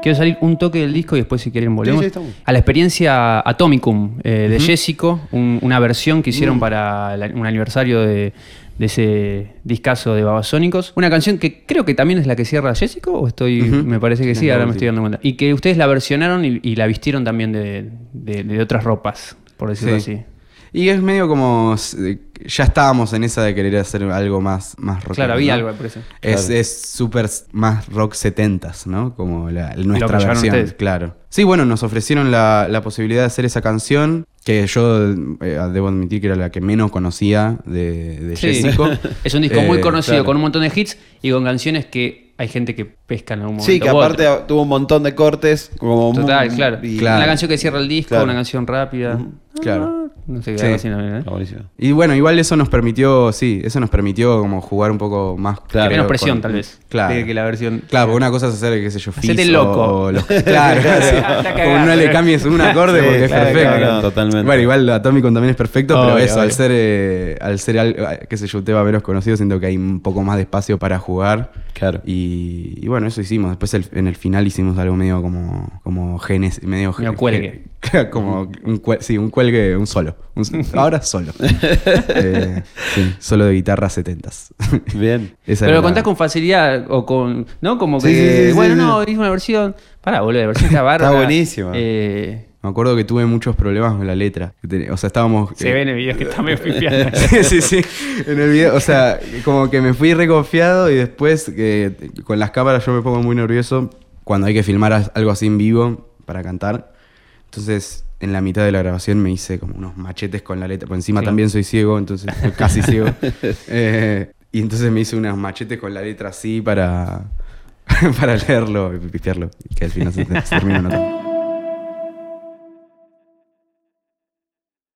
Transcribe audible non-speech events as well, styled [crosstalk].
Quiero salir un toque del disco y después, si quieren, volvemos Sí, sí, está bueno. a la experiencia Atomicum eh, de Jessico, un- una versión que Mm. hicieron para la- un aniversario de, de ese discazo de Babasónicos. Una canción que creo que también es la que cierra Jessico, o estoy, me parece que sí, ahora me estoy dando cuenta. Y que ustedes la versionaron y, y la vistieron también de, de- de otras ropas, por decirlo Sí. así. Y es medio como. eh, Ya estábamos en esa de querer hacer algo más, más rock. Claro, había algo, me parece. Es Claro. es súper s- más rock 70s, ¿no? Como la, nuestra llevaron versión, ustedes. claro. Sí, bueno, nos ofrecieron la, la posibilidad de hacer esa canción, que yo eh, debo admitir que era la que menos conocía de, de Sí. Jessico. [laughs] Es un disco muy Eh, conocido, claro. con un montón de hits y con canciones que hay gente que pesca en algún momento. Sí, que u otro. aparte tuvo un montón de cortes. Como Total, mu- claro. y- Claro. Una canción que cierra el disco, Claro. una canción rápida. Ah, Claro. No sé qué Sí. algo así, ¿no? ¿Eh? Está buenísimo. Y bueno, igual eso nos permitió, sí, eso nos permitió como jugar un poco más. Claro. Menos creo, presión, con- tal vez. Claro. De que la versión. Claro, porque una cosa es hacer, qué sé yo, Hacete Fizz o- loco. [laughs] o los- claro, sí. Como no le cambies un acorde Sí, porque claro, es perfecto. claro, totalmente. Bueno, igual Atomicon también es perfecto, pero Obvio, eso, al obvio. ser, eh, al ser algo, eh, qué sé yo, un tema menos conocido, siento que hay un poco más de espacio para jugar. Claro. Y, y bueno, eso hicimos. Después el- en el final hicimos algo medio como, como genes, medio, Medio gen- cuelgue. Claro, [laughs] como un cuelgue, sí, un cuelgue, un solo. Un so- ahora [laughs] solo. Eh, sí, solo de guitarras setentas. [laughs] Bien. Esa Pero lo era la- contás con facilidad o con. ¿No? Como que. Sí, sí, sí, sí, bueno, sí. no, hice una versión. Pará, boludo, la versión está bárbara. buenísima. Eh, Me acuerdo que tuve muchos problemas con la letra. O sea, estábamos. se eh, [laughs] ve en el video que está medio pifiando. sí, sí, sí. En el video, o sea, como que me fui reconfiado y después eh, con las cámaras yo me pongo muy nervioso cuando hay que filmar as- algo así en vivo para cantar. Entonces, en la mitad de la grabación me hice como unos machetes con la letra. Por encima Sí. también soy ciego, entonces soy [laughs] casi ciego. Eh, y entonces me hice unos machetes con la [laughs] letra así para, para leerlo y pistearlo. Y que al final se, se termina notando.